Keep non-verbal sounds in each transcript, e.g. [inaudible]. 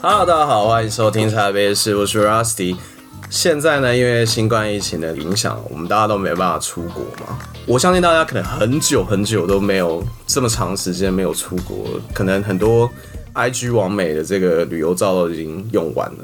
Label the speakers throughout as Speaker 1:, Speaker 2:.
Speaker 1: Hello，大家好，欢迎收听茶杯室，我是 Rusty。现在呢，因为新冠疫情的影响，我们大家都没办法出国嘛。我相信大家可能很久很久都没有这么长时间没有出国，可能很多 IG 完美的这个旅游照都已经用完了。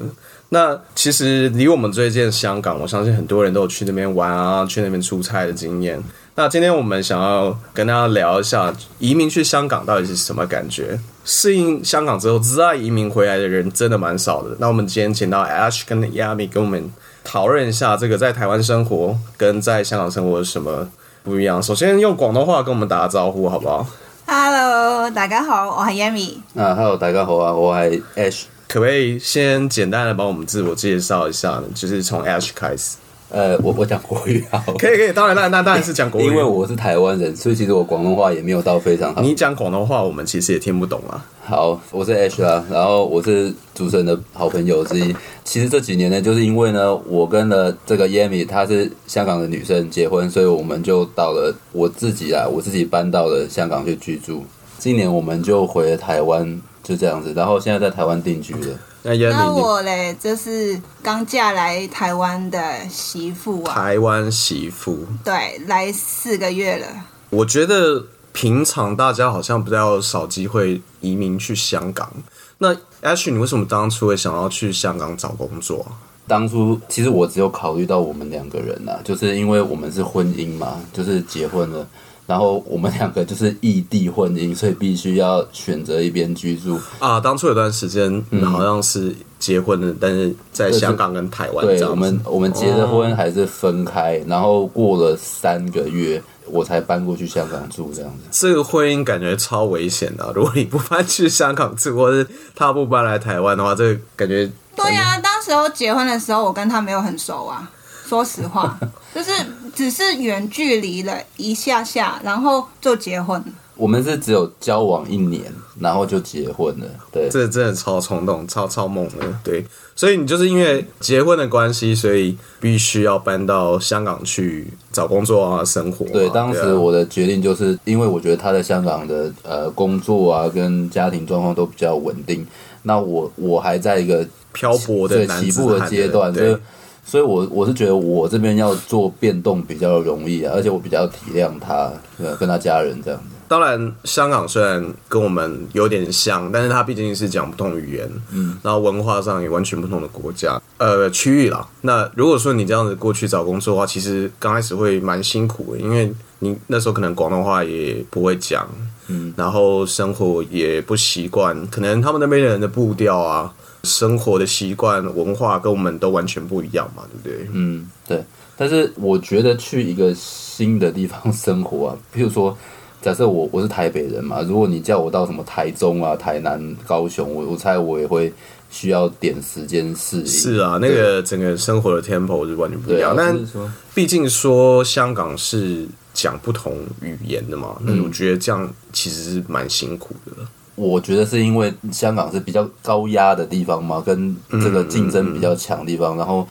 Speaker 1: 那其实离我们最近香港，我相信很多人都有去那边玩啊，去那边出差的经验。那今天我们想要跟大家聊一下移民去香港到底是什么感觉？适应香港之后再移民回来的人真的蛮少的。那我们今天请到 Ash 跟 Yami 跟我们讨论一下这个在台湾生活跟在香港生活有什么不一样。首先用广东话跟我们打个招呼好不好？
Speaker 2: Hello，大家好，我係 Yami。
Speaker 3: 啊，Hello，大家好啊，我係 Ash。
Speaker 1: 可不可以先简单的帮我们自我介绍一下呢？就是从 Ash 开始。
Speaker 3: 呃，我我讲国语啊，
Speaker 1: 可以可以，当然那那当然是讲国语，
Speaker 3: 因为我是台湾人，所以其实我广东话也没有到非常好。
Speaker 1: 你讲广东话，我们其实也听不懂啊。
Speaker 3: 好，我是 Ash 啦，然后我是主持人的好朋友之一。其实这几年呢，就是因为呢，我跟了这个 Yami，她是香港的女生结婚，所以我们就到了我自己啊，我自己搬到了香港去居住。今年我们就回了台湾，就这样子，然后现在在台湾定居了。
Speaker 1: 那 y
Speaker 2: 那
Speaker 1: a 你
Speaker 2: 我嘞，就是刚嫁来台湾的媳妇啊，
Speaker 1: 台湾媳妇，
Speaker 2: 对，来四个月了。
Speaker 1: 我觉得平常大家好像比较少机会移民去香港。那 Ash，你为什么当初会想要去香港找工作啊？
Speaker 3: 当初其实我只有考虑到我们两个人呐、就是因为我们是婚姻嘛，就是结婚了，然后我们两个就是异地婚姻，所以必须要选择一边居住。
Speaker 1: 啊，当初有段时间
Speaker 3: 嗯
Speaker 1: 你好像是结婚了，但是在香港跟台湾这
Speaker 3: 对，
Speaker 1: 样
Speaker 3: 我
Speaker 1: 子
Speaker 3: 们我们结了婚还是分开，然后过了三个月，我才搬过去香港住这样子。
Speaker 1: 这个婚姻感觉超危险的啊、如果你不搬去香港住，或是他不搬来台湾的话，这个感觉
Speaker 2: 对呀、当时候结婚的时候，我跟他没有很熟啊，说实话，就是只是远距离了一下下，然后就结婚了。
Speaker 3: 我们是只有交往一年，然后就结婚了。对，
Speaker 1: 这真的超冲动、超超猛的，对。所以你就是因为结婚的关系，所以必须要搬到香港去找工作啊、生活啊、
Speaker 3: 对，当时
Speaker 1: 啊
Speaker 3: 我的决定就是因为我觉得他在香港的呃工作啊跟家庭状况都比较稳定，那我我还在一个
Speaker 1: 漂泊的
Speaker 3: 最
Speaker 1: 男
Speaker 3: 起
Speaker 1: 子
Speaker 3: 步的
Speaker 1: 汉
Speaker 3: 阶段，所
Speaker 1: 对
Speaker 3: 以。所以我我是觉得我这边要做变动比较容易啊，而且我比较体谅他，呃，跟他家人这样子。
Speaker 1: 当然，香港虽然跟我们有点像，但是它毕竟是讲不同语言，嗯，然后文化上也完全不同的国家，呃，区域啦。那如果说你这样子过去找工作的话，其实刚开始会蛮辛苦的，因为你那时候可能广东话也不会讲，嗯，然后生活也不习惯，可能他们那边的人的步调啊。生活的习惯、文化跟我们都完全不一样嘛，对不对？嗯，
Speaker 3: 嗯，对。但是我觉得去一个新的地方 [laughs] 生活啊，譬如说，假设我我是台北人嘛，如果你叫我到什么台中啊、台南、高雄，我我猜我也会需要点时间适应。
Speaker 1: 是啊，那个整个生活的 tempo 是完全不一
Speaker 3: 对
Speaker 1: 样
Speaker 3: 啊。，
Speaker 1: 但
Speaker 3: 就是说
Speaker 1: 毕竟说香港是讲不同语言的嘛，
Speaker 2: 嗯
Speaker 1: 那我觉得这样其实是蛮辛苦的。
Speaker 3: 我觉得是因为香港是比较高压的地方嘛，跟这个竞争比较强的地方，然后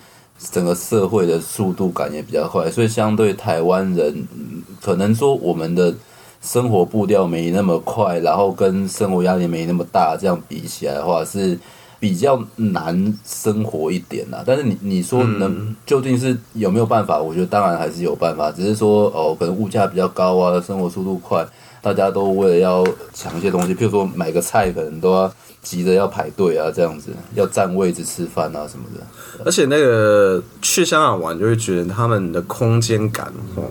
Speaker 3: 整个社会的速度感也比较快，所以相对台湾人，嗯可能说我们的生活步调没那么快，然后跟生活压力没那么大，这样比起来的话是比较难生活一点啦。但是你你说能、究竟是有没有办法？我觉得当然还是有办法，只是说哦，可能物价比较高啊，生活速度快。大家都为了要抢一些东西，譬如说买个菜，可能都要急着要排队啊，这样子要占位置吃饭啊什么的。
Speaker 1: 而且那个去香港玩，就会觉得他们的空间感哦，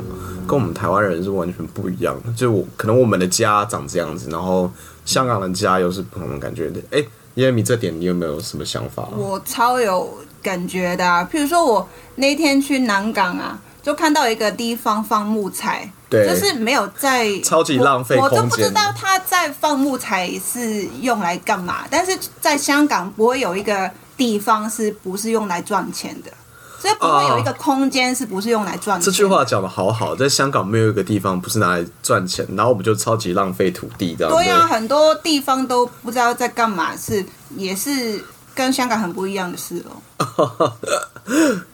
Speaker 1: 跟我们台湾人是完全不一样的。就我可能我们的家长这样子，然后香港的家又是不同的感觉的。哎、耶米，这点你有没有什么想法？
Speaker 2: 我超有感觉的、啊。譬如说，我那天去南港啊，就看到一个地方放木材，
Speaker 1: 对
Speaker 2: 就是没有在
Speaker 1: 超级浪费
Speaker 2: 我，我都
Speaker 1: 空
Speaker 2: 不
Speaker 1: 间
Speaker 2: 知道他在放木材是用来干嘛。但是在香港不会有一个地方是不是用来赚钱的，所以不会有一个空间是不是用来赚
Speaker 1: 啊
Speaker 2: 钱的
Speaker 1: 这句话讲的好好，在香港没有一个地方不是拿来赚钱，然后我们就超级浪费土地这样子。
Speaker 2: 对啊，很多地方都不知道在干嘛，是也是跟香港很不一样的事哦。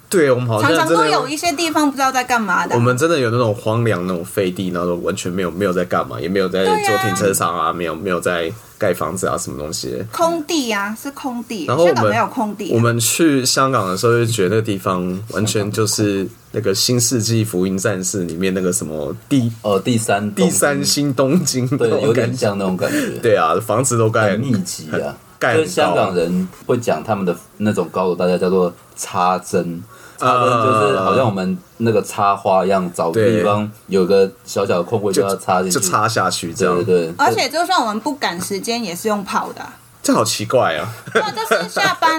Speaker 1: 对我们好像
Speaker 2: 常常
Speaker 1: 真
Speaker 2: 都
Speaker 1: 的
Speaker 2: 有一些地方不知道在干嘛
Speaker 1: [laughs]
Speaker 2: 的啊
Speaker 1: 我。们真的有那种荒凉、那种废地，然后完全没有没有在干嘛，也没有在
Speaker 2: 对啊
Speaker 1: 做停车场啊，没有没有在盖房子啊，什么东西的。
Speaker 2: 空地啊，是空地，
Speaker 1: 然后我
Speaker 2: 香
Speaker 1: 们
Speaker 2: 港没有空地啊、
Speaker 1: 我们去香港的时候，就觉得那个地方完全就是那个《新世纪福音战士》里面那个什么第
Speaker 3: 哦，第三
Speaker 1: 第三新东京那
Speaker 3: 对，
Speaker 1: 种
Speaker 3: 有
Speaker 1: 感
Speaker 3: 点
Speaker 1: 觉。
Speaker 3: 像那种感觉，
Speaker 1: 对啊，房子都盖
Speaker 3: 很密集啊。
Speaker 1: 盖
Speaker 3: 就是
Speaker 1: 很
Speaker 3: 香
Speaker 1: 高
Speaker 3: 港人会讲他们的那种高楼大厦叫做插针，插针就是好像我们那个插花一样，找个
Speaker 1: 啊对
Speaker 3: 地方有个小小的空位就要插进去，
Speaker 1: 就插下去这
Speaker 3: 对
Speaker 1: 样
Speaker 3: 对，对，
Speaker 2: 而且就算我们不赶时间，也是用跑的啊、
Speaker 1: 这好奇怪啊！
Speaker 2: 那就是下班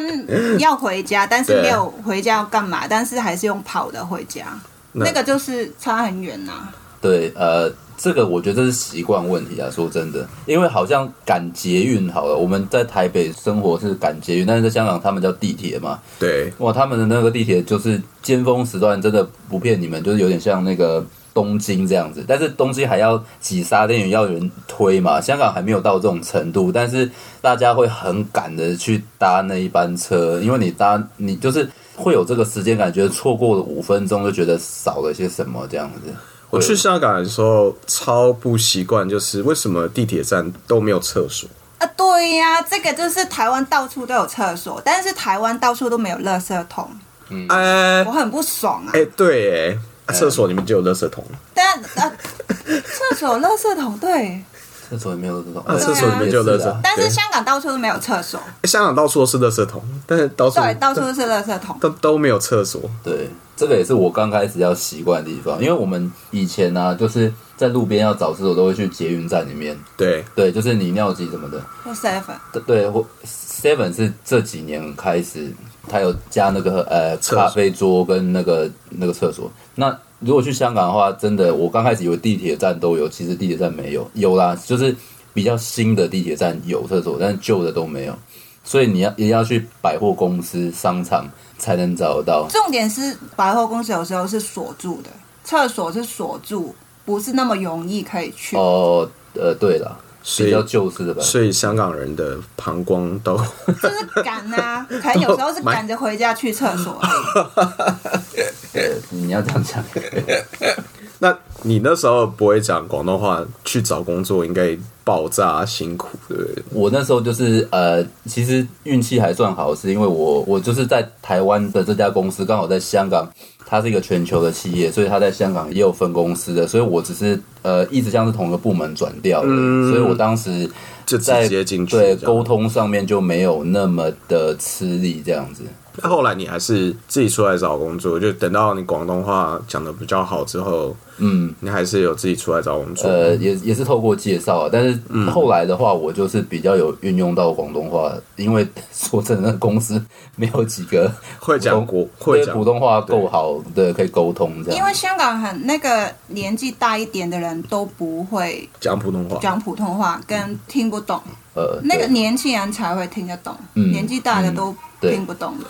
Speaker 2: 要回家，但是
Speaker 1: 对
Speaker 2: 没有回家要干嘛，但是还是用跑的回家，
Speaker 1: 那
Speaker 2: 那个就是差很远啊呐、
Speaker 3: 对，呃，这个我觉得这是习惯问题啊。说真的，因为好像赶捷运好了，我们在台北生活是赶捷运，但是在香港他们叫地铁嘛。
Speaker 1: 对，
Speaker 3: 哇，他们的那个地铁就是尖峰时段，真的不骗你们，就是有点像那个东京这样子。但是东京还要挤沙甸鱼，要有人推嘛。香港还没有到这种程度，但是大家会很赶的去搭那一班车，因为你搭你就是会有这个时间感觉，错过了五分钟就觉得少了些什么这样子。
Speaker 1: 我去香港的时候超不习惯，就是为什么地铁站都没有厕所？
Speaker 2: 啊。对呀、这个就是台湾到处都有厕所，但是台湾到处都没有垃圾桶，
Speaker 1: 哎
Speaker 2: 我很不爽啊。
Speaker 1: 哎，对哎啊，厕所里面就有垃圾桶。
Speaker 2: 但啊，厕所垃圾桶对，
Speaker 3: 厕所也没有这种，
Speaker 1: 啊，
Speaker 3: 对
Speaker 1: 厕所里面就有垃
Speaker 3: 也是啊
Speaker 1: 圾。
Speaker 2: 但是
Speaker 1: 对
Speaker 2: 香港到处都没有厕所，
Speaker 1: 哎香港到处都是垃圾桶，但是到处
Speaker 2: 对，到处都是垃圾桶。
Speaker 1: 都都没有厕所。
Speaker 3: 对，这个也是我刚开始要习惯的地方，因为我们以前呢、啊，就是在路边要找厕所都会去捷运站里面，
Speaker 1: 对，
Speaker 3: 对，就是你尿急什么的，
Speaker 2: 或 seven，
Speaker 3: 对对或，Seven 是这几年开始，它有加那个呃
Speaker 1: 厕所
Speaker 3: 咖啡桌跟那个那个厕所。那如果去香港的话，真的我刚开始以为地铁站都有，其实地铁站没有，有啦，就是比较新的地铁站有厕所，但是旧的都没有，所以你要也要去百货公司、商场才能找得到。
Speaker 2: 重点是百货公司有时候是锁住的，厕所是锁住，不是那么容易可以去。
Speaker 3: 哦，呃，对了，
Speaker 1: 所
Speaker 3: 比
Speaker 1: 以
Speaker 3: 较旧式的吧。
Speaker 1: 所以香港人的膀胱都 [laughs]
Speaker 2: 就是赶
Speaker 3: [laughs]
Speaker 2: 啊，可能有时候是赶着回家去厕所啊
Speaker 3: 哦
Speaker 2: 而已。
Speaker 3: 你要这样讲，
Speaker 1: 那你那时候不会讲广东话，去找工作应该爆炸辛苦，对不对？
Speaker 3: 我那时候就是呃，其实运气还算好，是因为我我就是在台湾的这家公司刚好在香港，它是一个全球的企业，所以它在香港也有分公司的，所以我只是呃一直像是同一个部门转调的，所以我当时
Speaker 1: 就嗯直
Speaker 3: 在
Speaker 1: 接进去
Speaker 3: 对
Speaker 1: 这样
Speaker 3: 沟通上面就没有那么的吃力这样子。
Speaker 1: 那后来你还是自己出来找工作，就等到你广东话讲的比较好之后，嗯，你还是有自己出来找工作。
Speaker 3: 呃，也也是透过介绍啊，但是
Speaker 1: 嗯
Speaker 3: 后来的话，我就是比较有运用到广东话，因为 [laughs] 说真的，公司没有几个
Speaker 1: 会讲国会
Speaker 3: 对
Speaker 1: 讲
Speaker 3: 普通话够好的可以沟通这样。
Speaker 2: 因为香港很那个年纪大一点的人都不会
Speaker 1: 讲普通话，
Speaker 2: 讲普通话，跟听不懂，
Speaker 3: 呃，
Speaker 2: 那个
Speaker 3: 对
Speaker 2: 年轻人才会听得懂，
Speaker 3: 嗯
Speaker 2: 年纪大的都
Speaker 3: 对
Speaker 2: 听不懂的。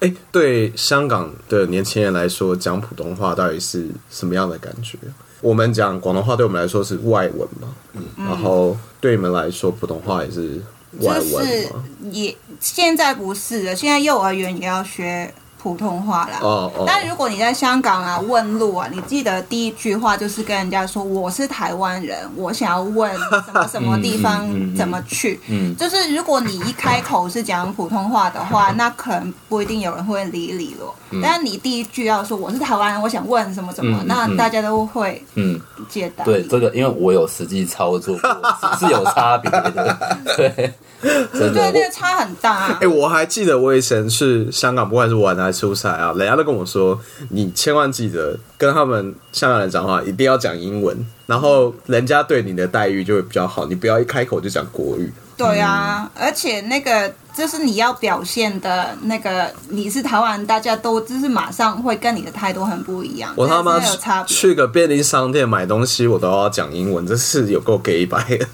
Speaker 1: 哎、对香港的年轻人来说，讲普通话到底是什么样的感觉？我们讲广东话，对我们来说是外文嘛，
Speaker 2: 嗯
Speaker 1: 然后对你们来说，普通话也是外
Speaker 2: 就
Speaker 1: 文
Speaker 2: 是
Speaker 1: 嘛。
Speaker 2: 也现在不是了，现在幼儿园也要学普通话啦。
Speaker 1: 哦哦，
Speaker 2: 但如果你在香港啊问路啊，你记得第一句话就是跟人家说我是台湾人，我想要问什么什么地方
Speaker 3: [laughs] 嗯嗯嗯嗯
Speaker 2: 怎么去。
Speaker 3: 嗯
Speaker 2: 就是如果你一开口是讲普通话的话，那可能不一定有人会理你咯。但你第一句要说我是台湾人，我想问什么什么，
Speaker 3: 嗯嗯
Speaker 2: 那大家都会
Speaker 3: 嗯，
Speaker 2: 接答。
Speaker 3: 对这个，因为我有实际操作
Speaker 2: [laughs]
Speaker 3: 过，是是有差别的， [laughs] 对，真
Speaker 2: 对，
Speaker 3: 的
Speaker 2: 那个
Speaker 3: 我
Speaker 2: 差很大、啊
Speaker 1: 哎、。我还记得我以前去香港，不管是玩还是出差啊，人家都跟我说，你千万记得跟他们香港人讲话一定要讲英文，然后人家对你的待遇就会比较好，你不要一开口就讲国语。
Speaker 2: 对啊，而且那个就是你要表现的那个，你是台湾人，大家都就是马上会跟你的态度很不一样。
Speaker 1: 我他妈
Speaker 2: 真的有差别。
Speaker 1: 去个便利商店买东西，我都要讲英文，这是有够 gay 白的。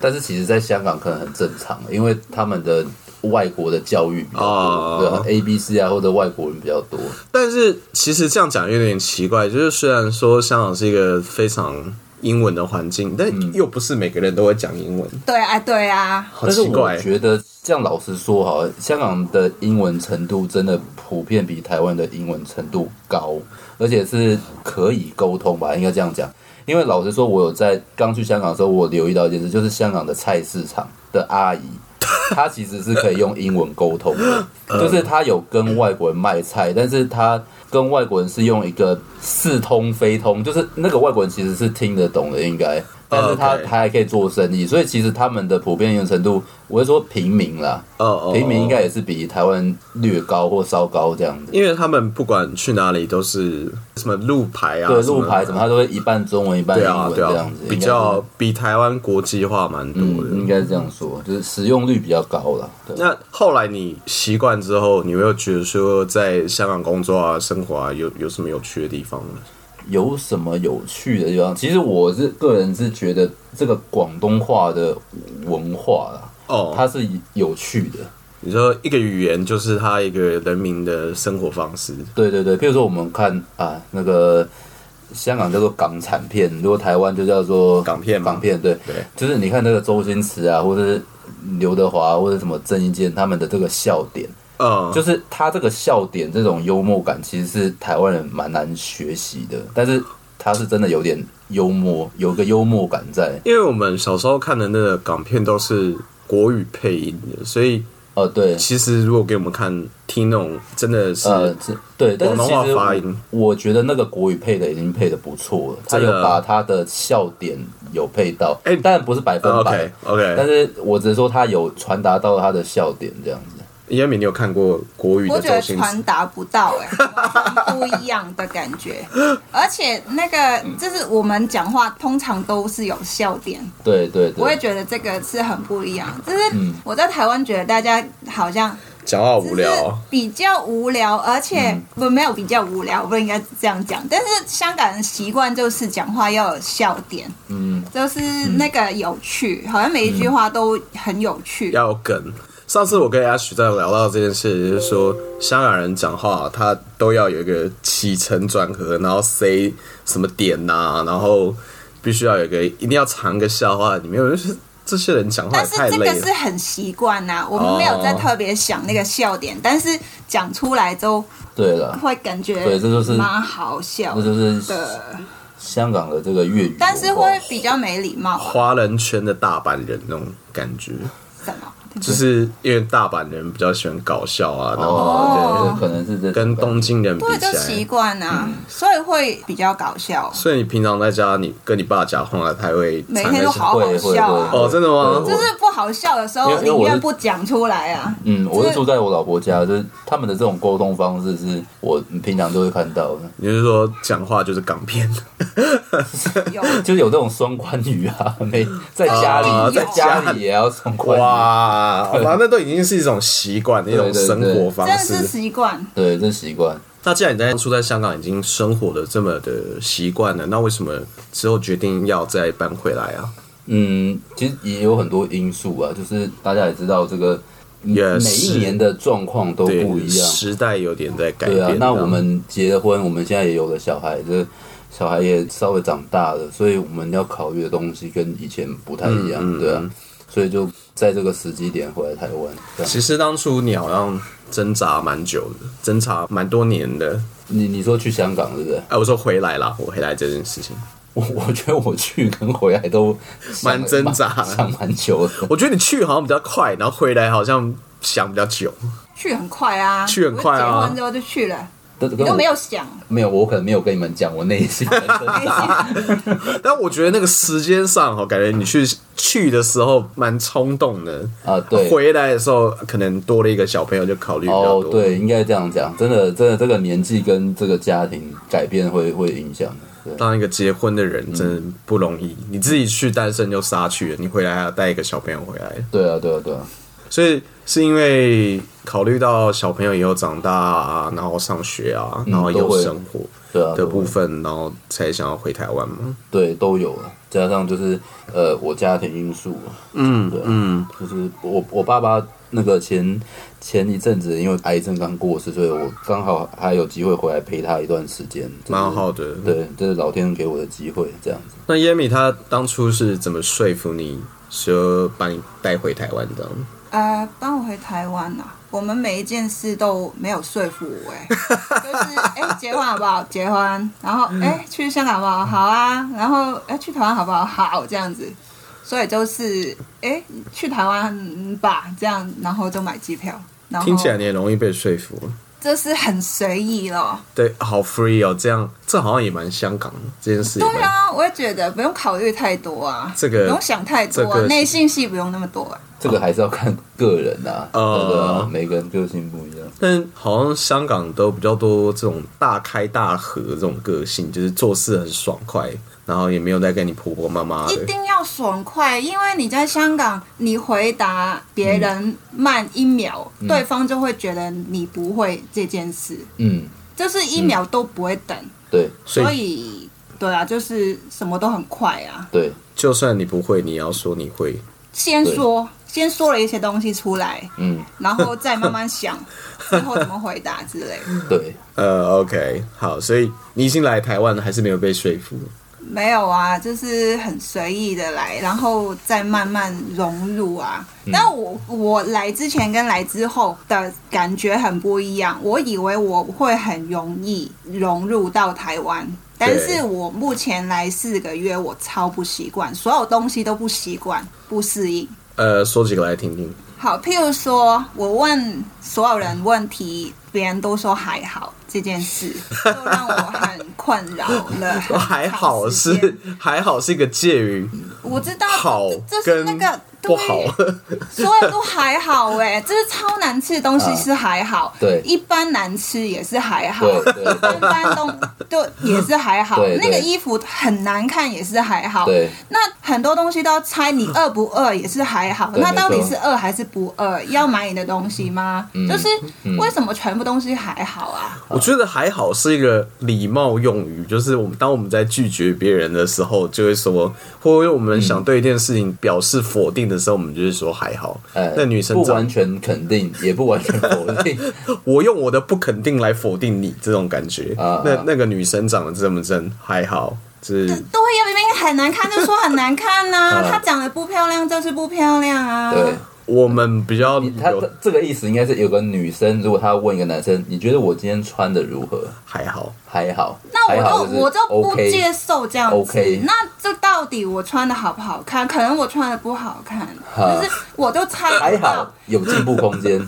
Speaker 3: 但是其实，在香港可能很正常，因为他们的外国的教育比较
Speaker 1: 哦
Speaker 3: 多，对啊，A B C 啊，或者外国人比较多，
Speaker 1: 但是其实这样讲有点奇怪，就是虽然说香港是一个非常英
Speaker 3: 嗯
Speaker 1: 文的环境，但又不是每个人都会讲英文，
Speaker 2: 对啊，对啊，
Speaker 1: 好
Speaker 3: 但是
Speaker 1: 奇
Speaker 3: 我
Speaker 1: 怪。
Speaker 3: 觉得这样老实说哈，香港的英文程度真的普遍比台湾的英文程度高，而且是可以沟通吧，应该这样讲。因为老实说，我有在刚去香港的时候，我留意到一件事，就是香港的菜市场的阿姨，她其实是可以用英文沟通的，
Speaker 1: [laughs] 嗯
Speaker 3: 就是她有跟外国人卖菜，但是她跟外国人是用一个似通非通，就是那个外国人其实是听得懂的，应该，但是他
Speaker 1: 哦 OK
Speaker 3: 他还可以做生意，所以其实他们的普遍用程度，我是说平民啦，
Speaker 1: 哦哦，
Speaker 3: 平民应该也是比台湾略高或稍高这样子。
Speaker 1: 因为他们不管去哪里都是什么路牌啊，
Speaker 3: 对，
Speaker 1: 什么
Speaker 3: 路牌什么，他都会一半中文一半
Speaker 1: 对
Speaker 3: 英
Speaker 1: 啊
Speaker 3: 文
Speaker 1: 对
Speaker 3: 这样
Speaker 1: 啊
Speaker 3: 子，，
Speaker 1: 比
Speaker 3: 应该是
Speaker 1: 较比台湾国际化蛮多
Speaker 3: 嗯，应
Speaker 1: 的。
Speaker 3: 该是这样说，就是使用率比较高了。对，
Speaker 1: 那后来你习惯之后，你有没有觉得说在香港工作啊、生活啊，有有什么有趣的地方呢？
Speaker 3: 有什么有趣的地方？其实我是个人是觉得这个广东话的文化啦，
Speaker 1: 哦，
Speaker 3: 它是有趣的。
Speaker 1: 你说一个语言就是他一个人民的生活方式，
Speaker 3: 对对对，譬如说我们看啊，那个香港叫做港产片，如果台湾就叫做
Speaker 1: 港片嘛
Speaker 3: 港片对，
Speaker 1: 对
Speaker 3: 就是你看那个周星驰啊，或者是刘德华或者什么郑伊健他们的这个笑点，
Speaker 1: 嗯，
Speaker 3: 就是他这个笑点这种幽默感，其实是台湾人蛮难学习的，但是他是真的有点幽默，有个幽默感在。
Speaker 1: 因为我们小时候看的那个港片都是国语配音的，所以
Speaker 3: 哦，对，
Speaker 1: 其实如果给我们看听那种真的是
Speaker 3: 呃，这对，但是
Speaker 1: 广
Speaker 3: 其
Speaker 1: 东话
Speaker 3: 实
Speaker 1: 发
Speaker 3: 我
Speaker 1: 音
Speaker 3: 我觉得那个国语配的已经配的不错了，他
Speaker 1: 真
Speaker 3: 有
Speaker 1: 的
Speaker 3: 把他的笑点有配到，
Speaker 1: 哎
Speaker 3: 当然不是百分百，
Speaker 1: OK
Speaker 3: 但
Speaker 1: OK，
Speaker 3: 是我只是说他有传达到他的笑点这样子。
Speaker 1: 严敏，你有看过国语
Speaker 2: 我
Speaker 1: 的
Speaker 2: 觉得
Speaker 1: 周星驰？
Speaker 2: 传达不到哎、欸，完全不一样的感觉。而且那个就是我们讲话通常都是有笑点，
Speaker 3: 对对
Speaker 2: 我也
Speaker 3: 对，
Speaker 2: 觉得这个是很不一样。就是我在台湾觉得大家好像
Speaker 1: 讲话好
Speaker 2: 就
Speaker 1: 无聊嗯
Speaker 2: 是
Speaker 1: 哦，
Speaker 2: 比较无聊，而且不没有比较无聊，不应该这样讲。但是香港人习惯就是讲话要有笑点，
Speaker 3: 嗯，
Speaker 2: 就是那个有趣，好像每一句话都很有趣。
Speaker 1: 要有梗。上次我跟 Ash 在聊到这件事，就是说香港人讲话，他都要有一个起承转合，然后 say 什么点呐、然后必须要有一个一定要藏个笑话在里面。我就是这些人讲话
Speaker 2: 但
Speaker 1: 也
Speaker 2: 是
Speaker 1: 太
Speaker 2: 这
Speaker 1: 累
Speaker 2: 个
Speaker 1: 了
Speaker 2: 是。很习惯呐，我们没有在特别想那个笑点，
Speaker 1: 哦
Speaker 2: 但是讲出来都
Speaker 3: 对了，
Speaker 2: 会感觉
Speaker 3: 对这就是
Speaker 2: 蛮好笑
Speaker 3: 那就是
Speaker 2: 的，
Speaker 3: 香港的这个粤语文化，
Speaker 2: 但是会比较没礼貌啊，
Speaker 1: 华人圈的大阪人那种感觉，
Speaker 2: 什么？
Speaker 1: 就是因为大阪人比较喜欢搞笑啊，然后
Speaker 3: 哦，
Speaker 2: 对
Speaker 3: 对，可能是这
Speaker 1: 跟
Speaker 3: 东。
Speaker 1: 东京人比
Speaker 2: 对，就
Speaker 1: 起
Speaker 2: 习
Speaker 1: 来，嗯
Speaker 2: 惯啊，所以会比较搞笑。
Speaker 1: 所以你平常在家，你跟你爸讲话，他会
Speaker 2: 每
Speaker 1: 藏
Speaker 2: 天
Speaker 1: 个
Speaker 2: 都
Speaker 1: 笑
Speaker 2: 好好
Speaker 3: 会会
Speaker 2: 笑啊
Speaker 3: 会
Speaker 1: 哦真的吗
Speaker 3: 对
Speaker 2: 就
Speaker 3: 我
Speaker 2: 是不好笑的时候
Speaker 3: 因，为因为
Speaker 2: 宁
Speaker 3: 我是
Speaker 2: 愿不讲出来
Speaker 1: [laughs]
Speaker 2: 啊。
Speaker 3: 嗯，我
Speaker 2: 就是
Speaker 3: 是住在我老婆家，就是他们的这种沟通方式是我平常都会看到的，
Speaker 1: 你是说讲话就是港
Speaker 3: [laughs]
Speaker 1: 片？ [laughs]
Speaker 2: 有
Speaker 3: 就是有这种双关语啊，没在家里，
Speaker 1: 啊
Speaker 3: 在
Speaker 1: 在
Speaker 3: 家
Speaker 1: 家
Speaker 3: 里也要双关语，
Speaker 1: 哇，好吧，那都已经是一种习惯，一种生活方
Speaker 2: 真的是
Speaker 1: 式。
Speaker 2: 习惯。
Speaker 3: 对，这习惯。
Speaker 1: 那既然你在当初在香港已经生活的这么的习惯了，那为什么之后决定要再搬回来啊？
Speaker 3: 嗯，其实也有很多因素啊，就是大家也知道这个嗯每
Speaker 1: 也
Speaker 3: 一
Speaker 1: 是
Speaker 3: 年的状况都
Speaker 1: 对
Speaker 3: 不一样，
Speaker 1: 时代有点在改
Speaker 3: 对
Speaker 1: 变。
Speaker 3: 啊，那我
Speaker 1: 这样
Speaker 3: 们结了婚，我们现在也有了小孩，这小孩也稍微长大了，所以我们要考虑的东西跟以前不太一
Speaker 1: 嗯
Speaker 3: 样，对啊，所以就在这个时机点回来台湾，这样
Speaker 1: 其实当初你好像挣扎蛮久的，挣扎蛮多年的。
Speaker 3: 你你说去香港对不对？
Speaker 1: 哎、我说回来啦，我回来这件事情，
Speaker 3: 我 [laughs] 我觉得我去跟回来都想
Speaker 1: 蛮挣扎的
Speaker 3: 想蛮久的。
Speaker 1: 我觉得你去好像比较快，然后回来好像想比较久。
Speaker 2: 去很快啊，
Speaker 1: 去很快啊
Speaker 2: 我结婚之后就去了，
Speaker 3: 都
Speaker 2: 你都没有想，
Speaker 3: 没有，我可能没有跟你们讲我内心的挣扎。
Speaker 1: [laughs]
Speaker 2: [laughs]
Speaker 1: 但我觉得那个时间上哈，感觉你去去的时候蛮冲动的
Speaker 3: 啊对
Speaker 1: 回来的时候可能多了一个小朋友，就考虑比较
Speaker 3: 哦
Speaker 1: 多。，
Speaker 3: 对，应该这样讲，真的，真的，这个年纪跟这个家庭改变会会影响的。对
Speaker 1: 当一个结婚的人真
Speaker 3: 嗯
Speaker 1: 的不容易，你自己去单身就杀去了，你回来还要带一个小朋友回来，
Speaker 3: 对啊，对啊，对啊。
Speaker 1: 所以是因为考虑到小朋友以后长大啊，然后上学啊，然后
Speaker 3: 都
Speaker 1: 又
Speaker 3: 会
Speaker 1: 生活
Speaker 3: 对啊，
Speaker 1: 的
Speaker 3: 都
Speaker 1: 部分，然后才想要回台湾嘛。
Speaker 3: 对都有了，加上就是呃，我家庭因素，嗯，对，嗯，就是我我爸爸那个前前一阵子因为癌症刚过世，所以我刚好还有机会回来陪他一段时间，就是
Speaker 1: 蛮好的，
Speaker 3: 对，这、是老天给我的机会，这样子。
Speaker 1: 那 Yami 他当初是怎么说服你说把你带回台湾的？
Speaker 2: 呃，帮我回台湾呐、我们每一件事都没有说服
Speaker 1: [laughs]
Speaker 2: 我、哎，就是哎、结婚好不好？结婚，然后
Speaker 1: 嗯
Speaker 2: 哎、去香港好不好？好啊，然后哎、去台湾好不好？好，这样子，所以就是哎、去台湾嗯吧，这样，然后就买机票，然后
Speaker 1: 听起来你也容易被说服。
Speaker 2: 这是很随意咯。
Speaker 1: 对，好 free 哦，这样这好像也蛮香港的这件事也蛮。
Speaker 2: 对啊，我也觉得不用考虑太多啊，
Speaker 1: 这个
Speaker 2: 不用想太多、
Speaker 1: 这
Speaker 2: 啊，
Speaker 1: 个
Speaker 2: 内心戏不用那么多、啊。
Speaker 3: 这个还是要看个人呐、啊，
Speaker 1: 呃
Speaker 3: 对的、每个人个性不一样。
Speaker 1: 但好像香港都比较多这种大开大合这种个性，就是做事很爽快，然后也没有在跟你婆婆妈妈
Speaker 2: 一
Speaker 1: 的。
Speaker 2: 定要爽快，因为你在香港，你回答别人慢一秒，
Speaker 1: 嗯
Speaker 2: 对方就会觉得你不会这件事，
Speaker 3: 嗯，
Speaker 2: 就是一秒都不会等，
Speaker 3: 对
Speaker 1: 嗯所
Speaker 2: 所
Speaker 1: 以
Speaker 2: 以对啊，就是什么都很快啊。
Speaker 3: 对，
Speaker 1: 就算你不会，你也要说你会。
Speaker 2: 先说，先说了一些东西出来，
Speaker 3: 嗯
Speaker 2: 然后再慢
Speaker 1: [laughs]
Speaker 2: 慢想之后怎么回答之类的。
Speaker 3: 对，
Speaker 1: 呃，OK，好，所以你已经来台湾了，还是没有被说服。
Speaker 2: 没有啊，就是很随意的来，然后再慢慢融入啊。
Speaker 1: 嗯
Speaker 2: 但我我来之前跟来之后的感觉很不一样，我以为我会很容易融入到台湾，但是我目前来四个月，我超不习惯，所有东西都不习惯，不适应。
Speaker 1: 呃，说几个来听听。。
Speaker 2: 好，譬如说我问所有人问题，别人都说还好，这件事就让我很困扰了
Speaker 1: [laughs] 还好
Speaker 2: 很长时
Speaker 1: 是
Speaker 2: 间
Speaker 1: 还好是一个介于
Speaker 2: 我知道
Speaker 1: 好
Speaker 2: 这这
Speaker 1: 跟
Speaker 2: 是那个
Speaker 1: 不
Speaker 2: 对
Speaker 1: 好，
Speaker 2: [laughs] 所以都还好哎、
Speaker 3: [laughs]
Speaker 2: 这是超难吃的东西是还好，
Speaker 3: 啊对
Speaker 2: 一般难吃也是还好，
Speaker 3: 对对
Speaker 2: 一般都就也是还好
Speaker 3: 对，对
Speaker 2: 那个衣服很难看也是还好，
Speaker 3: 对
Speaker 2: 那很多东西都要猜你饿不饿也是还好，
Speaker 3: 对
Speaker 2: 那到底
Speaker 3: 没错
Speaker 2: 是饿还是不饿？要买你的东西吗？
Speaker 3: 嗯
Speaker 2: 就是为什么全部东西还好啊？
Speaker 1: 我觉得还好是一个礼貌用语，就是我们当我们在拒绝别人的时候，就会说，或者我们
Speaker 2: 嗯
Speaker 1: 想对一件事情表示否定的时候，我们就是说还好。
Speaker 2: 嗯
Speaker 3: 哎，
Speaker 1: 那女生
Speaker 3: 不
Speaker 1: 长
Speaker 3: 完，全肯定，也不完全否
Speaker 1: [laughs]
Speaker 3: 定，
Speaker 1: 我用我的不肯定来否定你这种感觉。
Speaker 3: 啊
Speaker 1: 那
Speaker 3: 啊
Speaker 1: 那个女生长得这么正，还好，就是
Speaker 2: 对呀，明明很难看就说很难看啊呐、
Speaker 3: [laughs] 嗯
Speaker 2: 她长得不漂亮就是不漂亮啊。
Speaker 1: [laughs]
Speaker 3: 对。
Speaker 1: 我们比较
Speaker 3: 他
Speaker 1: 有
Speaker 3: 这个意思应该是有个女生，如果她问一个男生，你觉得我今天穿的如何？
Speaker 1: 还好。
Speaker 3: 还好，
Speaker 2: 那
Speaker 3: 还好
Speaker 2: 我
Speaker 3: 就
Speaker 2: 就是我就不
Speaker 3: OK
Speaker 2: 接受这样子。
Speaker 3: OK
Speaker 2: 那这到底我穿的好不好看？可能我穿的不好看，
Speaker 3: 哈
Speaker 2: 就是我就猜
Speaker 3: 还
Speaker 2: 不到
Speaker 3: 好，有进步空
Speaker 2: [laughs]
Speaker 3: 间。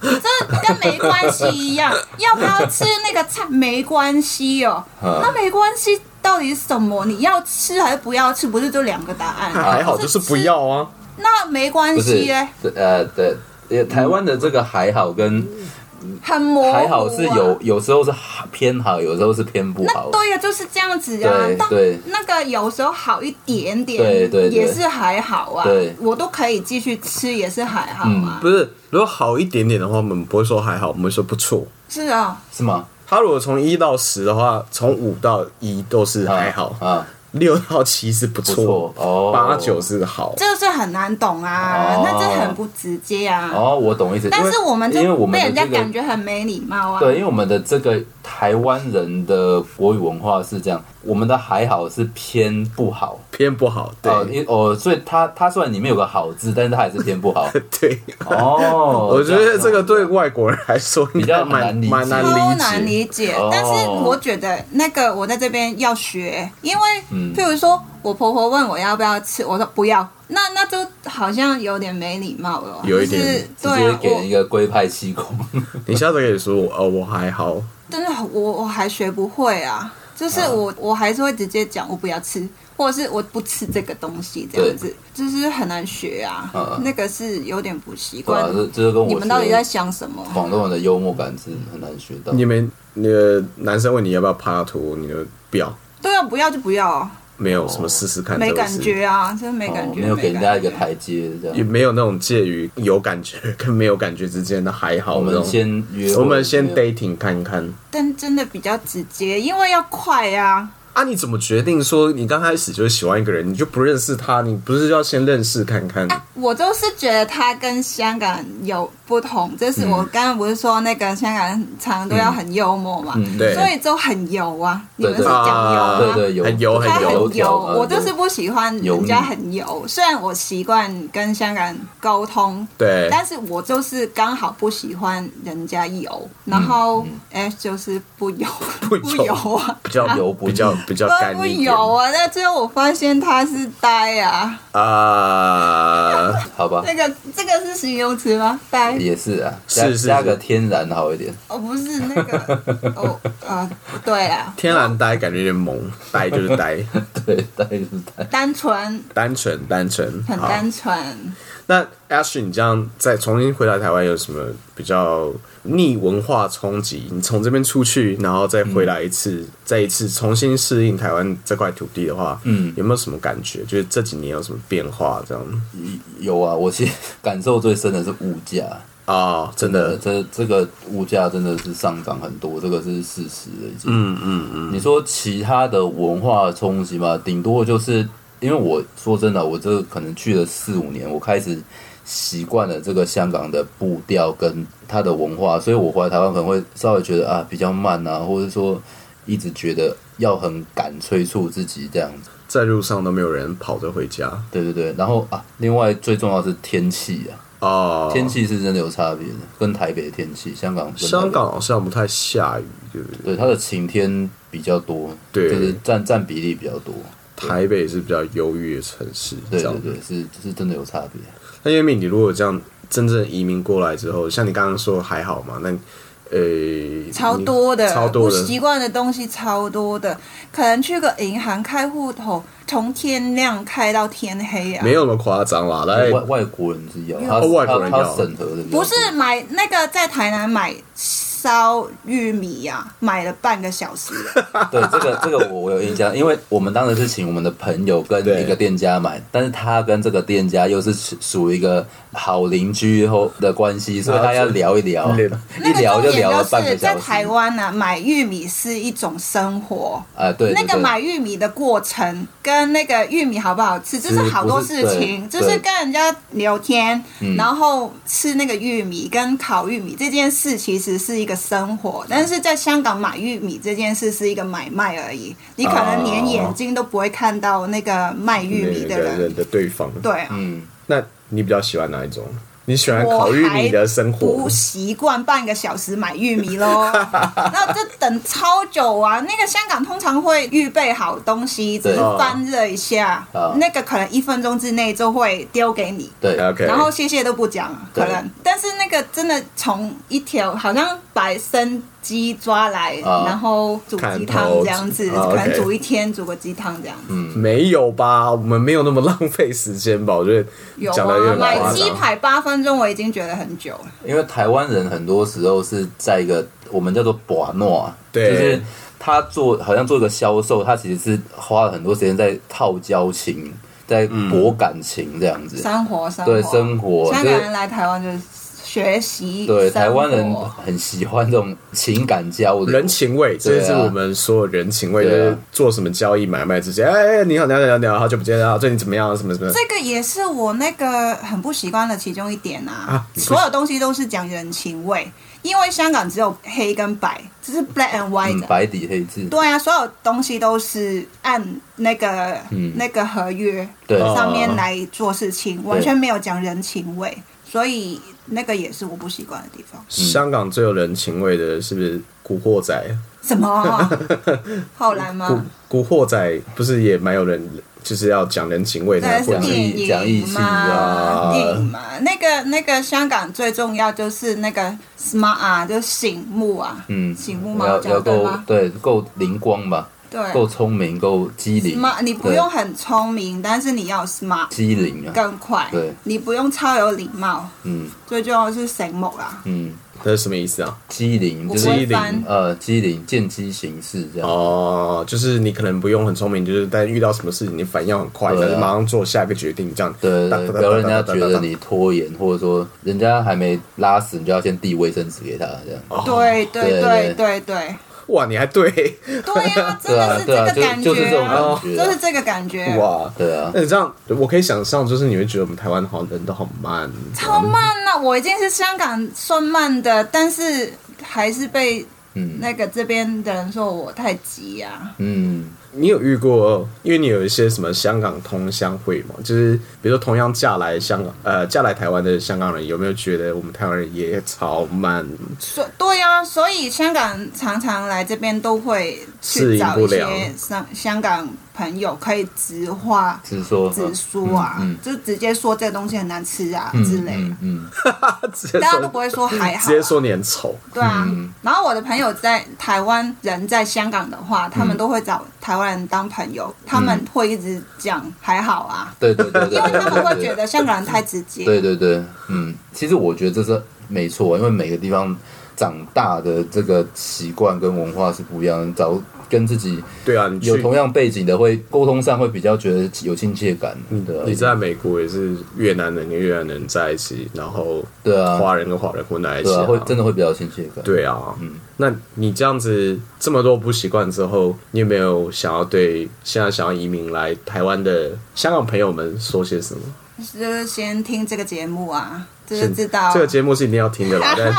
Speaker 2: 这跟没关系一
Speaker 3: [laughs]
Speaker 2: 样。要不要吃那个菜没关系哦，
Speaker 3: 哈
Speaker 2: 那没关系到底是什么？你要吃还是不要吃？不是就两个答案？
Speaker 1: 还好就是不要啊，
Speaker 2: 那没关
Speaker 3: 不是
Speaker 2: 系耶，，
Speaker 3: 对呃，对，呃台湾的这个还好跟
Speaker 2: 很模糊、啊。
Speaker 3: 还好是有，有时候是偏好，有时候是偏不好
Speaker 2: 那。对呀、就是这样子啊
Speaker 3: 对。
Speaker 2: 但
Speaker 3: 对
Speaker 2: 那个有时候好一点点，
Speaker 3: 对对对
Speaker 2: 也是还好啊。
Speaker 3: 对嗯
Speaker 2: 我都可以继续吃，也是还好啊。
Speaker 1: 不是如果好一点点的话，我们不会说还好，我们会说不错。
Speaker 2: 是啊，
Speaker 3: 是吗？
Speaker 1: 他如果从一到十的话，从五到一都是
Speaker 3: 啊
Speaker 1: 还好，
Speaker 3: 啊，
Speaker 1: 六到七是不
Speaker 3: 不错
Speaker 1: 错，
Speaker 3: 哦，
Speaker 1: 八九是好。
Speaker 2: 这是很难懂啊，
Speaker 3: 哦
Speaker 2: 那这很不直接啊。
Speaker 3: 哦，我懂意思。
Speaker 2: 但是我们
Speaker 3: 因为我
Speaker 2: 就被
Speaker 3: 们的
Speaker 2: 人家
Speaker 3: 这个
Speaker 2: 感觉很没礼貌啊。
Speaker 3: 对，因为我们的这个台湾人的国语文化是这样，我们的还好是偏不好，
Speaker 1: 偏不好，对、
Speaker 3: 呃因哦，所以它它虽然里面有个好字，但是它还是偏
Speaker 1: [laughs]
Speaker 3: 不好。
Speaker 1: [laughs] 对。
Speaker 3: 哦，
Speaker 1: 我觉得这个对
Speaker 3: 样
Speaker 1: 外国人来说应该蛮
Speaker 3: 比较
Speaker 1: 蛮
Speaker 3: 很难理解
Speaker 2: 超
Speaker 1: 难理
Speaker 2: 难
Speaker 1: 解。
Speaker 2: 理解
Speaker 3: 哦，
Speaker 2: 但是我觉得那个我在这边要学，因为
Speaker 3: 嗯
Speaker 2: 譬如说我婆婆问我要不要吃，我说不要，那那就好像有点没礼貌了，
Speaker 1: 有一点
Speaker 2: 就是
Speaker 3: 这样
Speaker 2: 对
Speaker 3: 直
Speaker 2: 啊
Speaker 3: 接，给人一
Speaker 2: 我
Speaker 3: 个龟派气功。
Speaker 1: 你下次可以说我，呃，我还好，
Speaker 2: 真的我我还学不会啊，就是我我还是会直接讲我不要吃，或者是我不吃这个东西这样子，就是很难学啊
Speaker 3: 嗯嗯，
Speaker 2: 那个是有点不习
Speaker 3: 对
Speaker 2: 惯
Speaker 3: 啊，。这这就跟哦我
Speaker 2: 你们到底在
Speaker 3: 学
Speaker 2: 想什么？
Speaker 3: 广东人的幽默感是很难学到。
Speaker 1: 你们那个男生问你要不要拍图，你就不要，
Speaker 2: 对啊，不要就不要啊，
Speaker 1: 没有什么试试看，
Speaker 2: 没
Speaker 1: 这回
Speaker 2: 感
Speaker 1: 事，
Speaker 2: 觉啊，真的没
Speaker 3: 哦
Speaker 2: 感觉，
Speaker 3: 没有给人家一
Speaker 2: 感觉
Speaker 3: 个台阶，这
Speaker 1: 也
Speaker 3: 样。
Speaker 1: 没有那种介于有感觉跟没有感觉之间的还好。
Speaker 3: 我
Speaker 1: 那
Speaker 3: 们
Speaker 1: 种
Speaker 3: 先约会，
Speaker 1: 我们先
Speaker 3: 没有
Speaker 1: dating 看看
Speaker 2: 但真的比较直接，因为要快啊。
Speaker 1: 啊，你怎么决定说你刚开始就是喜欢一个人，你就不认识他，你不是要先认识看看？
Speaker 2: 我就是觉得他跟香港有不同，这
Speaker 3: 嗯
Speaker 2: 是我刚刚不是说那个香港人常常都要很幽默嘛，
Speaker 3: 嗯，
Speaker 1: 对
Speaker 2: 所以都很油啊，你
Speaker 3: 对
Speaker 2: 们是
Speaker 3: 对
Speaker 2: 讲油
Speaker 1: 啊
Speaker 2: 吗？
Speaker 3: 对对，有
Speaker 1: 很油
Speaker 2: 他
Speaker 1: 很
Speaker 2: 很油，
Speaker 3: 条啊嘛
Speaker 2: 我就是不喜欢人
Speaker 3: 嗯油
Speaker 2: 家
Speaker 3: 腻
Speaker 2: 很油。虽然我习惯跟香港人沟通，
Speaker 1: 对，
Speaker 2: 但是我就是刚好不喜欢人家油，然后哎、就是不油，
Speaker 1: 不
Speaker 2: 不
Speaker 1: 油
Speaker 2: 油啊，
Speaker 1: 比较
Speaker 3: 油不
Speaker 1: 比较比较干
Speaker 2: 不
Speaker 1: 一点
Speaker 2: 油啊。那最后我发现他是呆啊，
Speaker 1: 啊。
Speaker 3: 好吧，
Speaker 2: 这个这个是形容词吗？呆？
Speaker 3: 也是啊，加
Speaker 1: 是是
Speaker 3: 加
Speaker 1: 是
Speaker 3: 个天然好一点， [laughs]
Speaker 2: 哦，不是那个，哦，呃，不对啊，
Speaker 1: 天然呆感觉有点萌，呆就是呆，
Speaker 3: 对，但是但
Speaker 2: 单纯，
Speaker 1: 单纯单纯，
Speaker 2: 很
Speaker 1: 好
Speaker 2: 单纯。
Speaker 1: 那 Ash，你这样再重新回来台湾，有什么比较逆文化冲击？你从这边出去，然后再回来一次，再一次重新适应台湾这块土地的话，嗯，有没有什么感觉？就是这几年有什么变化？这样
Speaker 3: 有啊，我其实 [laughs] 感受最深的是物价，
Speaker 1: 啊、真
Speaker 3: 呃，
Speaker 1: 的，
Speaker 3: 这这个物价真的是上涨很多，这个是事实了已经。
Speaker 1: 嗯嗯嗯，
Speaker 3: 你说其他的文化冲击嘛，顶多就是因为我说真的，我这个可能去了四五年，我开始习惯了这个香港的步调跟它的文化，所以我回来台湾可能会稍微觉得啊比较慢啊，或者说一直觉得要很赶催促自己这样子。
Speaker 1: 在路上都没有人跑着回家
Speaker 3: 对对对，然后啊，另外最重要的是天气啊，
Speaker 1: 哦。
Speaker 3: 天气是真的有差别的，跟台北的天气，香港跟台北
Speaker 1: 香港好像不太下雨，对不对？
Speaker 3: 对它的晴天比较多，
Speaker 1: 对
Speaker 3: 就是占占比例比较多。
Speaker 1: 台北是比较忧郁的城市，
Speaker 3: 对
Speaker 1: 这样
Speaker 3: 对对，是是真的有差别。
Speaker 1: 那因为你如果这样真正移民过来之后，像你刚刚说还好嘛，那呃，
Speaker 2: 超多的，
Speaker 1: 你超多
Speaker 2: 不习
Speaker 1: 的，
Speaker 2: 惯的东西超多的，可能去个银行开户头，从天亮开到天黑啊。
Speaker 1: 没有那么夸张啦。来，
Speaker 3: 外外国人是要，他
Speaker 1: 哎哦外国人
Speaker 3: 他
Speaker 1: 要
Speaker 3: 他审核的比较多
Speaker 2: 不是买那个在台南买烧玉米呀、买了半个小时，
Speaker 3: 对这个这个我我有印象，因为我们当时是请我们的朋友跟
Speaker 1: 对
Speaker 3: 一个店家买，但是他跟这个店家又是属属于一个好邻居后的关系，所以
Speaker 1: 啊
Speaker 3: 他要聊一聊， [laughs]
Speaker 1: 嗯
Speaker 3: [laughs] 一
Speaker 2: 那个
Speaker 3: 聊
Speaker 2: 重
Speaker 3: 就
Speaker 2: 点
Speaker 3: 聊了半
Speaker 2: 是
Speaker 3: 个
Speaker 2: 在
Speaker 3: 小时。
Speaker 2: 台湾呢、啊，买玉米是一种生活。
Speaker 3: 啊，对，
Speaker 2: 那
Speaker 3: 对
Speaker 2: 个
Speaker 3: 对
Speaker 2: 买玉米的过程跟那个玉米好不好吃，就是好多事情，
Speaker 3: 不
Speaker 2: 就是
Speaker 3: 对嗯
Speaker 2: 是跟人家聊天，然后吃那个玉米跟烤玉米这件事其实是一个生
Speaker 3: 嗯
Speaker 2: 活，但是在香港买玉米这件事是一个买卖而已，你可
Speaker 3: 哦
Speaker 2: 能连眼睛都不会看到那个卖玉米
Speaker 1: 那
Speaker 2: 的
Speaker 1: 个
Speaker 2: 人，
Speaker 1: 人的对方，
Speaker 2: 对啊。
Speaker 3: 嗯，
Speaker 1: 那你比较喜欢哪一种？你喜欢烤玉米的生
Speaker 2: 我还
Speaker 1: 活
Speaker 2: 不？习惯半个小时买玉米
Speaker 1: [laughs]
Speaker 2: 喽，那这等超久啊！那个香港通常会预备好东西，只
Speaker 3: 对
Speaker 2: 是翻热一下
Speaker 3: 啊，
Speaker 2: 那个可能一分钟之内就会丢给你。
Speaker 3: 对
Speaker 1: OK
Speaker 2: 然后谢谢都不讲，
Speaker 3: 对
Speaker 2: 可能，但是那个真的从一条好像把生鸡抓来，
Speaker 3: 啊
Speaker 2: 然后煮
Speaker 1: 砍
Speaker 2: 鸡汤
Speaker 1: 头
Speaker 2: 这样子，
Speaker 1: 啊
Speaker 2: 可能
Speaker 1: OK 嗯
Speaker 2: 煮一天煮个鸡汤这样子。
Speaker 1: 没有吧？我们没有那么浪费时间吧？我觉得
Speaker 2: 有
Speaker 1: 讲的有
Speaker 2: 啊，
Speaker 1: 点
Speaker 2: 买
Speaker 1: 夸
Speaker 2: 鸡
Speaker 1: 张。
Speaker 2: 排八分钟我已经觉得很久了。
Speaker 3: 因为台湾人很多时候是在一个我们叫做“把诺”，啊
Speaker 1: 对
Speaker 3: 就是他做好像做一个销售，他其实是花了很多时间在套交情，在博感情这样子。
Speaker 2: 生活，生活，
Speaker 3: 对生活
Speaker 2: 香
Speaker 3: 就
Speaker 2: 港
Speaker 3: 是
Speaker 2: 人来台湾就是学习，
Speaker 3: 对，
Speaker 2: 生活
Speaker 3: 台湾人很喜欢这种情感交流
Speaker 1: 人。情味，这
Speaker 3: 对啊
Speaker 1: 是我们所有人情味，就
Speaker 3: 对啊
Speaker 1: 是做什么交易买卖之间，哎，哎你好，你好，你好，你好，好久不见啊，最近怎么样？什么什么？
Speaker 2: 这个也是我那个很不习惯的其中一点啊。
Speaker 1: 啊你不
Speaker 2: 所有东西都是讲人情味，因为香港只有黑跟白，就是 black and white
Speaker 3: 嗯
Speaker 2: 的。，
Speaker 3: 白底黑字，
Speaker 2: 对啊，所有东西都是按那个、
Speaker 3: 嗯
Speaker 2: 那个合约
Speaker 3: 对哦
Speaker 2: 上面来做事情，完全没有讲人情味，所以那个也是我不习惯的地方。
Speaker 3: 嗯
Speaker 1: 香港最有人情味的是不是《古惑仔》？
Speaker 2: 什
Speaker 1: [laughs]
Speaker 2: 么？后来吗？
Speaker 1: 古古惑仔不是也蛮有人，就是要讲人情味才
Speaker 2: 对，
Speaker 1: 会
Speaker 2: 是
Speaker 3: 讲义
Speaker 2: 电影
Speaker 3: 讲义气啊
Speaker 2: 嘛，电影嘛。那个那个香港最重要就是那个 smart 啊，就是醒目啊，
Speaker 3: 嗯，
Speaker 2: 醒目嘛，我
Speaker 3: 要
Speaker 2: 讲得
Speaker 3: 要
Speaker 2: 对
Speaker 3: 够
Speaker 2: 吗？
Speaker 3: 对，够灵光吧，
Speaker 2: 对
Speaker 3: 够聪明，够机灵。
Speaker 2: ，smart 你不
Speaker 3: 对
Speaker 2: 用很聪明，但是你要 smart
Speaker 3: 机灵啊，
Speaker 2: 更快，
Speaker 3: 对
Speaker 2: 你不用超有礼貌，
Speaker 3: 嗯
Speaker 2: 最重要的是醒目啦。
Speaker 3: 嗯，
Speaker 1: 这是什么意思啊？
Speaker 3: 机灵
Speaker 2: 我
Speaker 3: 就
Speaker 2: 不
Speaker 3: 是
Speaker 1: 机
Speaker 2: 会
Speaker 1: 灵
Speaker 2: 翻，
Speaker 3: 呃机灵见机行事这样。
Speaker 1: 哦，就是你可能不用很聪明，就是但遇到什么事情你反应要很快，
Speaker 3: 对啊
Speaker 1: 但是马上做下一个决定，这样
Speaker 3: 对
Speaker 1: 哒
Speaker 3: 对，
Speaker 1: 哒
Speaker 3: 对
Speaker 1: 哒
Speaker 3: 不要让人
Speaker 1: 哒
Speaker 3: 家
Speaker 1: 哒
Speaker 3: 觉
Speaker 1: 哒
Speaker 3: 得
Speaker 1: 哒
Speaker 3: 你拖延，或者说人家还没拉屎，你就要先递卫生纸给他，这样。
Speaker 1: 哦
Speaker 2: 对对
Speaker 3: 对
Speaker 2: 对
Speaker 3: 对
Speaker 2: 对对，
Speaker 1: 哇，你还对
Speaker 2: 对呀，真
Speaker 3: 对啊
Speaker 2: 的是这
Speaker 3: 对啊，
Speaker 2: 个
Speaker 3: 就
Speaker 2: 感
Speaker 3: 就是这
Speaker 2: 觉
Speaker 3: 种
Speaker 2: 啊，
Speaker 3: 感觉
Speaker 2: 就是
Speaker 3: 啊，
Speaker 2: 这个感觉，
Speaker 1: 哇。
Speaker 3: 对啊，
Speaker 1: 那你这样，我可以想象，就是你会觉得我们台湾好人都好慢，
Speaker 2: 超慢呐、我已经是香港算慢的，但是还是被
Speaker 3: 嗯
Speaker 2: 那个这边的人说我太急啊。
Speaker 3: 嗯，
Speaker 1: 你有遇过？因为你有一些什么香港同乡会嘛，就是比如说同样嫁来香港，呃，嫁来台湾的香港人，有没有觉得我们台湾人也超慢？
Speaker 2: 所对啊，所以香港常常来这边都会
Speaker 1: 适
Speaker 2: 去
Speaker 1: 应
Speaker 2: 找
Speaker 1: 不
Speaker 2: 一
Speaker 1: 良
Speaker 2: 些香香港朋友可以直话。
Speaker 3: 直说
Speaker 2: 直说啊，就直接说这个东西很难吃啊、
Speaker 3: 嗯
Speaker 2: 之类的，
Speaker 3: 嗯嗯，
Speaker 1: 直接
Speaker 2: 大家都不
Speaker 1: 说，
Speaker 2: 会说还好、啊，
Speaker 1: 直接说你很丑，
Speaker 2: 对啊，然后我的朋友在台湾人在香港的话，他们都会找台湾人当朋友，他们会一直讲还好啊，
Speaker 3: 对对对对，
Speaker 2: 因为他们会
Speaker 3: 对
Speaker 2: 觉得香港人太直接。
Speaker 3: 对
Speaker 2: [laughs]
Speaker 3: 对对，嗯，其实我觉得这是没错，因为每个地方长大的这个习惯跟文化是不一样的，找跟自己
Speaker 1: 对啊，你去
Speaker 3: 有同样背景的会沟通上会比较觉得有亲切感，对啊
Speaker 1: 嗯你在美国也是越南人跟越南人在一起，然后
Speaker 3: 对啊
Speaker 1: 华人跟华人混在一起、
Speaker 3: 对啊，会真的会比较有亲切感，
Speaker 1: 对啊，嗯，那你这样子这么多不习惯之后，你有没有想要对现在想要移民来台湾的香港朋友们说些什么？
Speaker 2: 就是先听这个节目啊，就是
Speaker 1: 先
Speaker 2: 知道
Speaker 1: 这个节目是一定要听
Speaker 2: [laughs]
Speaker 1: 的啦，但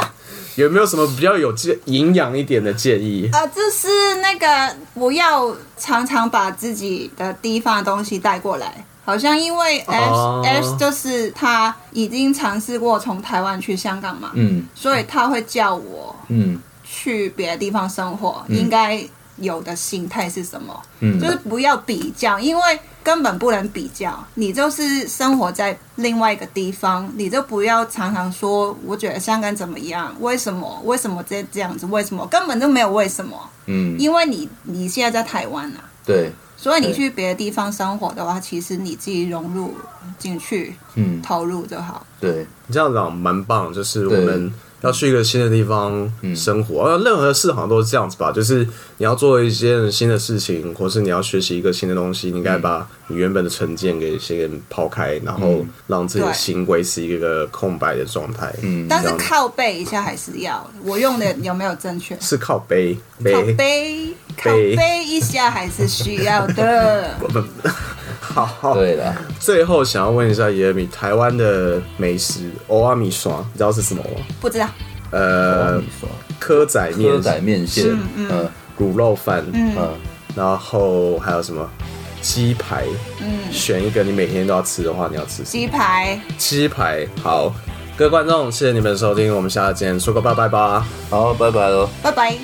Speaker 1: 有没有什么比较有建营养一点的建
Speaker 2: [laughs]
Speaker 1: 议？
Speaker 2: 啊，就是那个不要常常把自己的地方的东西带过来。好像因为 S、
Speaker 1: 哦
Speaker 2: S 就是他已经尝试过从台湾去香港嘛，
Speaker 3: 嗯
Speaker 2: 所以他会叫我
Speaker 3: 嗯
Speaker 2: 去别的地方生活，应该有的心态是什么？
Speaker 3: 嗯，
Speaker 2: 就是不要比较，因为根本不能比较。你就是生活在另外一个地方，你就不要常常说我觉得香港怎么样，为什么？为什么这这样子？为什么？根本就没有为什么，
Speaker 3: 嗯
Speaker 2: 因为你你现在在台湾啊，
Speaker 3: 对，
Speaker 2: 所以你
Speaker 3: 对
Speaker 2: 去别的地方生活的话，其实你自己融入进去，
Speaker 3: 嗯
Speaker 2: 投入就好。
Speaker 3: 对，
Speaker 1: 你这样讲蛮棒，就是我
Speaker 3: 对
Speaker 1: 们要去一个新的地方生活，呃、任何事好像都是这样子吧，就是你要做一件新的事情，或是你要学习一个新的东西，你应该把你原本的成见给先抛开，然后让自己的
Speaker 2: 对
Speaker 1: 心维持一个空白的状态。嗯，
Speaker 2: 但是靠背一下还是要，我用的有没有正确？
Speaker 1: 是靠背
Speaker 2: 靠
Speaker 1: 背，
Speaker 2: 背，靠
Speaker 1: 背
Speaker 2: 背一下还是需要的。
Speaker 1: 好 [laughs] 好。
Speaker 3: 对啦，
Speaker 1: 最后想要问一下耶米，台湾的美食欧阿米刷，你知道是什么吗？
Speaker 2: 不知道，
Speaker 1: 呃
Speaker 3: 你，说
Speaker 1: 蚵仔
Speaker 3: 车
Speaker 1: 面、
Speaker 3: 仔面线，嗯
Speaker 1: 卤肉饭，
Speaker 3: 嗯
Speaker 1: 然后还有什么鸡排？嗯，选一个你每天都要吃的话，你要吃什么
Speaker 2: 鸡排，
Speaker 1: 鸡排。好，各位观众，谢谢你们的收听，我们下次见，说个拜拜吧。
Speaker 3: 好，拜拜喽。
Speaker 2: 拜拜。